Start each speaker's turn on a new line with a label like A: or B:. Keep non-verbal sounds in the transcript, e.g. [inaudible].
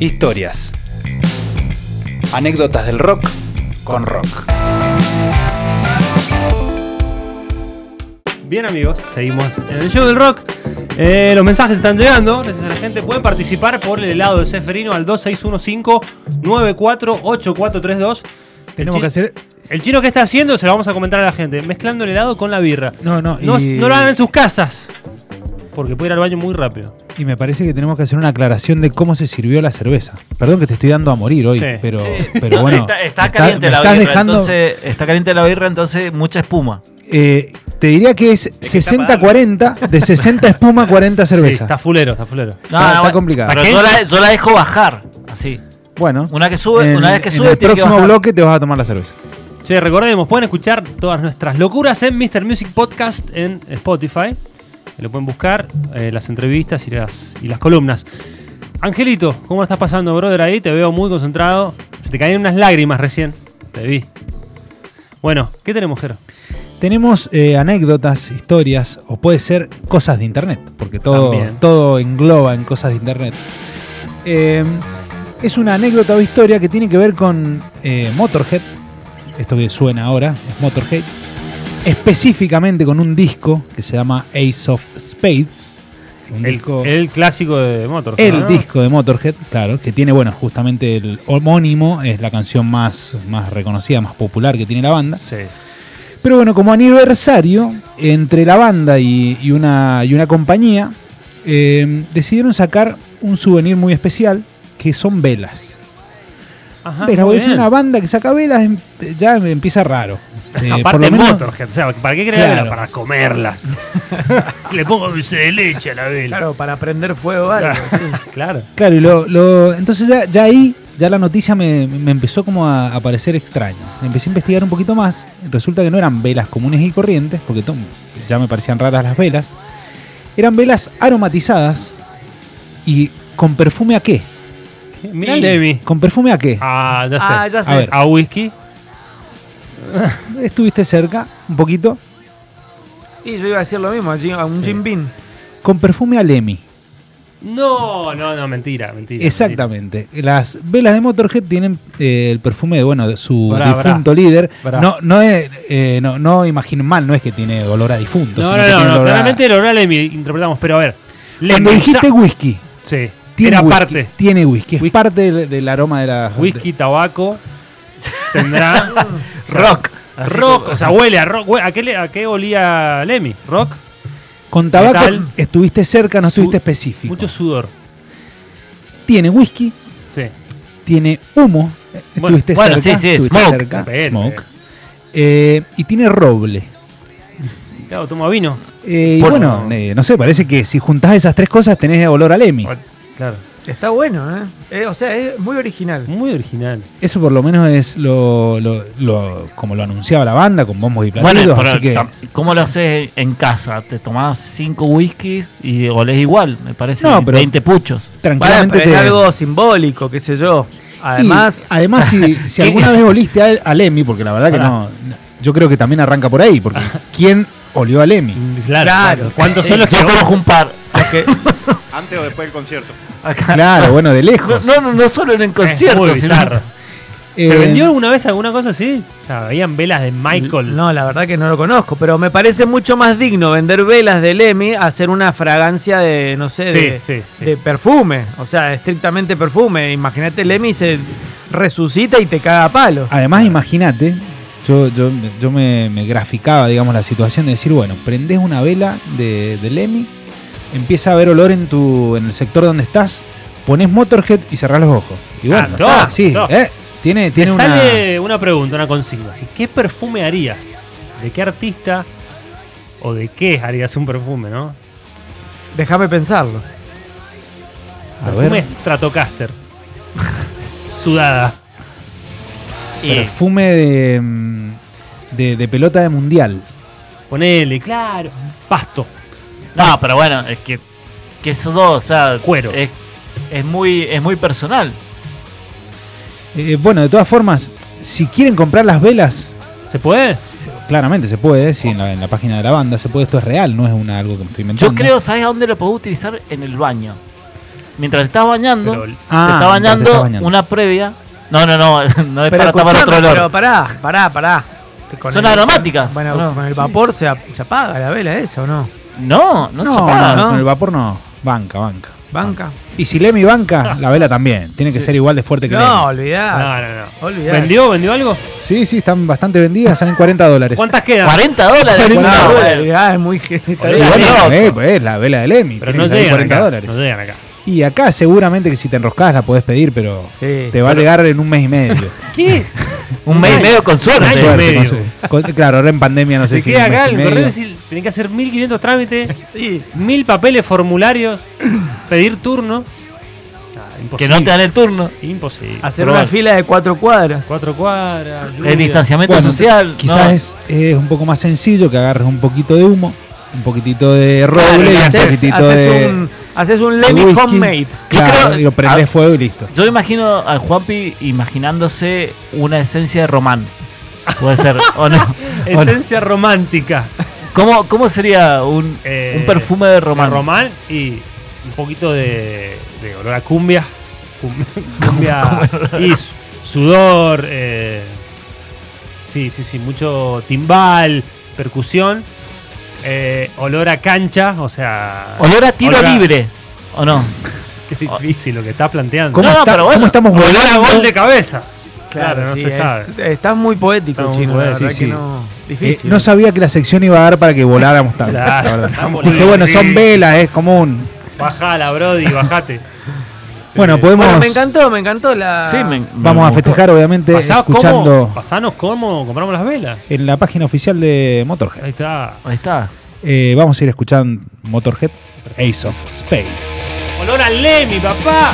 A: Historias. Anécdotas del rock con rock.
B: Bien amigos, seguimos en el show del rock. Eh, los mensajes están llegando, gracias a la gente. Pueden participar por el helado de Seferino al 2615-948432.
C: Tenemos
B: Sí.
C: que hacer.
B: El chino que está haciendo se lo vamos a comentar a la gente, mezclando el helado con la birra.
C: No, no,
B: No,
C: y-
B: no lo hagan en sus casas, porque puede ir al baño muy rápido.
C: Y me parece que tenemos que hacer una aclaración de cómo se sirvió la cerveza. Perdón que te estoy dando a morir hoy,
B: Sí.
C: pero,
D: Sí.
C: pero bueno.
D: está, está
C: me está-
D: caliente
C: me
D: la
C: estás
D: birra,
C: dejando-
D: entonces está caliente la birra, entonces mucha espuma.
C: eh, te diría que es
D: que está para
C: 60-40, de 60 espuma,
D: [laughs]
C: 40 cerveza.
B: Sí, está fulero, está fulero.
D: No,
C: Está-
D: no,
C: está
D: bueno,
C: complicado.
D: Pero yo la, yo la dejo bajar, así.
C: bueno,
D: Una que sube,
C: en-
D: una vez que
C: en
D: sube,
C: el
D: tiene que
C: próximo
D: bajar.
C: bloque te vas a tomar la cerveza.
B: Che, recordemos, pueden escuchar todas nuestras locuras en Mr. Music Podcast en Spotify. Lo pueden buscar, eh, las entrevistas y las, y las columnas. Angelito, ¿cómo la estás pasando, brother? Ahí te veo muy concentrado. Se te caían unas lágrimas recién. Te vi. Bueno, ¿qué tenemos, Jero?
C: Tenemos eh, anécdotas, historias o puede ser cosas de internet, porque todo,
B: También.
C: todo engloba en cosas de internet. Eh, es una anécdota o historia que tiene que ver con eh, Motorhead, esto que suena ahora es Motorhead, específicamente con un disco que se llama Ace of Spades, un
B: El, Ah.
C: disco, el,
B: el clásico de Motor. ¿no?
C: disco de Motorhead, claro, que tiene, bueno, justamente el homónimo, es la canción más, más reconocida, más popular que tiene la banda.
B: Sí.
C: Pero bueno, como aniversario, entre la banda y, y una, y una compañía, eh, decidieron sacar un souvenir muy especial, que son velas.
B: Ajá,
C: velas,
B: Ah, muy
C: porque es
B: bien.
C: una banda que saca velas, em- ya empieza
B: [laughs]
C: raro. Eh,
B: Aparte
C: por lo menos-
B: Motorhead, o sea, ¿para qué creer
C: Claro.
B: Para [laughs] comerlas. Le pongo dulce de leche a la vela.
E: Claro, para prender fuego algo. sí.
B: [laughs] claro.
C: Claro, y lo, lo- entonces ya, ya ahí, ya la noticia me, me empezó como a, a parecer extraña. Empecé a investigar un poquito más, resulta que no eran velas comunes y corrientes, porque tom, ya me parecían raras las velas. Eran velas aromatizadas y con perfume a qué?
B: Mirá el Demi.
C: ¿Con perfume a qué?
B: Ah, ya sé.
E: Ah, ya sé.
C: A ver.
B: A whisky.
C: Estuviste cerca, un poquito.
E: Y yo iba a decir lo mismo, allí, a un Jim Beam.
C: Con perfume a Lemmy.
B: No, no, no, mentira, mentira.
C: Exactamente. Las velas de Motorhead tienen eh, el perfume de, bueno, de su
B: Bra,
C: difunto líder.
B: Bra.
C: No, no, es- eh, no, no imaginen mal, no es que tiene olor a difunto.
B: mentira.
C: sino
B: No,
C: que
B: no,
C: tiene
B: no, no,
C: olor a-
B: claramente el oral Lemmy interpretamos, pero a ver.
C: Cuando
B: Lemmy
C: dijiste
B: Sa-
C: whisky,
B: Sí,
C: tiene
B: era
C: whisky,
B: parte.
C: Tiene whisky, es
B: Whisky.
C: parte del, del aroma de la.
B: Whisky, tabaco. Tendrá
D: Rock. Así
B: rock,
D: como-
B: o sea, huele a rock. hue- ¿A qué, le- a qué olía Lemmy? ¿Rock?
C: Con tabaco
B: Metal.
C: estuviste cerca, no
B: Su-
C: estuviste específico.
B: Mucho sudor.
C: Tiene whisky,
B: Sí.
C: tiene humo. eh,
B: Bueno,
C: Estuviste
D: bueno,
C: cerca.
D: sí, sí,
C: estuviste
D: smoke.
C: cerca,
B: Bien,
C: smoke.
B: bien.
C: Eh, y tiene roble.
B: Claro, toma vino.
C: Eh, y
D: Por-
C: bueno, eh, no sé, parece que si juntás esas tres cosas tenés olor a Lemmy.
B: Claro.
E: Está bueno, ¿eh? Eh, O sea, es muy original.
B: Muy original.
C: Eso por lo menos es lo, lo- lo- como lo anunciaba la banda con bombos y platillos.
D: Bueno, pero
C: así que
D: tam- ¿cómo lo haces en casa? Te tomás cinco whiskies y olés igual, me parece.
C: No, pero-
D: 20 puchos.
E: Bueno,
C: tranquilamente
E: pero es
C: te-
E: algo simbólico, qué sé yo.
C: y
E: Además,
C: además si, si alguna vez oliste a, a Lemmy, porque la verdad que
B: Pará.
C: no, yo creo que también arranca por ahí, porque ¿quién olió a Lemmy?
B: [laughs] Claro.
E: Claro.
B: ¿Cuántos son los que
D: [laughs] Yo conozco un par.
B: [laughs]
F: Antes o después del concierto.
D: Acá.
C: Claro, bueno, de
D: No,
C: lejos.
D: no, no, no solo en el concierto,
B: muy
D: sino-
B: bizarro. ¿Se
C: Eh,
B: vendió alguna vez alguna cosa así? O sea, habían velas de Michael.
E: no, la verdad que no lo conozco, pero me parece mucho más digno vender velas de Lemmy a hacer una fragancia de, no sé,
B: Sí,
E: de,
B: sí, sí.
E: de perfume. O sea, estrictamente perfume. Imagínate, Lemmy se resucita y te caga a palo.
C: Además, imagínate, yo, yo, yo me, me graficaba, digamos, la situación de decir, bueno, prendés una vela de, de Lemmy, empieza a haber olor en tu en el sector donde estás, pones Motorhead y cerrás los ojos. Y bueno,
B: Ah, todo,
C: sí,
B: todo.
C: eh, tiene,
B: Te
C: tiene una...
B: sale una pregunta, una consigna. Así, ¿Qué perfume harías? ¿De qué artista o de qué harías un perfume, no?
E: Déjame pensarlo.
C: A
B: perfume
C: ver,
B: Stratocaster. [laughs] Sudada.
D: Y-
C: perfume de, mm, de, de pelota de mundial.
B: Ponele, claro. Pasto.
D: No, pero bueno, es que, que esos dos, o sea,
B: Cuero.
D: Es, es muy, es muy personal.
C: Eh, bueno, de todas formas, si quieren comprar las velas,
B: ¿Se puede?
C: claramente se puede, eh, sí, en la, en la página de la banda se puede, esto es real, no es una, algo que me estoy inventando.
D: Yo creo, ¿sabes a dónde lo puedo utilizar? En el baño. mientras estás bañando,
B: Pero-
C: Ah,
D: te está bañando,
C: te está bañando.
D: una previa. No, no, no, [laughs] no es
E: Pero
D: para tapar otro
E: escuchame,
D: olor.
E: Pero pará, pará, pará. Con
D: Son
E: el-
D: aromáticas.
E: Bueno,
D: No,
E: con el
D: sí.
E: vapor se, ap- se apaga la vela esa, ¿o no?
D: No, no,
C: No,
D: se apaga.
C: no,
E: ¿no?
C: con el vapor no. Banca, banca.
E: Banca.
C: Y si Lemi banca, la vela también. Tiene que ser igual de fuerte que
E: No,
C: Lemi.
E: olvidá.
B: No, no, no.
E: Olvidá.
B: ¿Vendió? ¿Vendió algo?
C: Sí, sí, están bastante vendidas, salen 40 dólares.
B: ¿Cuántas quedan?
D: 40 dólares.
C: 40
D: No,
E: No,
C: dólares.
D: bueno.
E: olvidá, es muy... está
C: Y
E: bien.
C: bueno,
D: loco.
C: eh, pues, es la vela de Lemi.
B: Pero
C: tiene
B: no
C: que salir
B: llegan,
C: 40
B: acá,
C: dólares.
B: no llegan acá.
C: Y acá seguramente que si te enroscás la podés pedir, pero
E: Sí.
C: te va a llegar en un mes y medio.
B: ¿Qué?
D: Un mes y medio con
B: Un
C: Con
B: año y
D: suerte.
C: suerte,
B: medio.
C: con su- con- claro, ahora en pandemia no sé
B: Te
C: si
B: queda
C: un mes
B: acá
C: y
B: el
C: medio.
B: correo y decir, tenés que hacer 1500 trámites,
C: [laughs]
E: Sí.
B: 1000 papeles, formularios, pedir turno. Ah,
D: Que
B: imposible.
D: no te dan el turno.
B: Imposible.
E: Hacer
B: Probá.
E: una fila de cuatro cuadras.
B: Cuatro cuadras. lluvia.
D: El distanciamiento
C: Bueno,
D: social.
C: Quizás
D: no.
C: es, es un poco más sencillo que agarres un poquito de humo, un poquitito de
E: Claro,
C: roble
E: y
C: y un
E: haces,
C: poquitito
E: haces
C: de.
E: un, haces un
C: de
E: Lenny
C: whisky.
E: homemade.
C: Claro,
D: Yo creo-
C: y lo prendés
D: a-
C: fuego y listo.
D: Yo imagino al Juanpi imaginándose una esencia de román. Puede ser, o no. O no.
B: Esencia romántica.
D: ¿Cómo, cómo sería un,
B: Eh,
D: un perfume de román?
B: Román. Román y un poquito de, de olor a cumbia. Cum- Cumbia. y su- sudor. eh, sí, sí, sí. Mucho timbal, percusión. eh, olor a cancha, o sea.
D: Olor a tiro
B: olor a-
D: libre, ¿o no?
B: [laughs] Qué difícil lo que estás planteando.
C: ¿Cómo,
D: No, no,
C: está-
D: pero bueno,
C: cómo estamos
B: Olor
C: volviendo?
B: a gol de cabeza. Claro,
E: Claro,
B: no
E: sí,
B: se
E: es-
B: sabe.
E: [laughs] Estás muy poético,
B: Estamos muy
E: chino. la
B: poéticos,
E: verdad
C: sí,
E: que
C: sí.
E: no.
C: Eh,
E: Difícil.
C: no sabía que la sección iba a dar para que voláramos tanto. la
B: Claro,
C: verdad.
B: estamos
C: Dije, bueno, son
B: volando.
C: velas, es común.
B: Bajala, Brody, bajate.
C: Bueno,
E: Bueno,
C: podemos.
E: me encantó, me encantó la.
C: Vamos a festejar, obviamente,
B: Pasá
C: escuchando
B: cómo, pasanos cómo compramos las velas.
C: en la página oficial de Motorhead.
B: Ahí está.
D: Ahí está.
C: Eh, vamos a ir escuchando Motorhead Ace of Spades.
B: Olor a Lemmy, papá.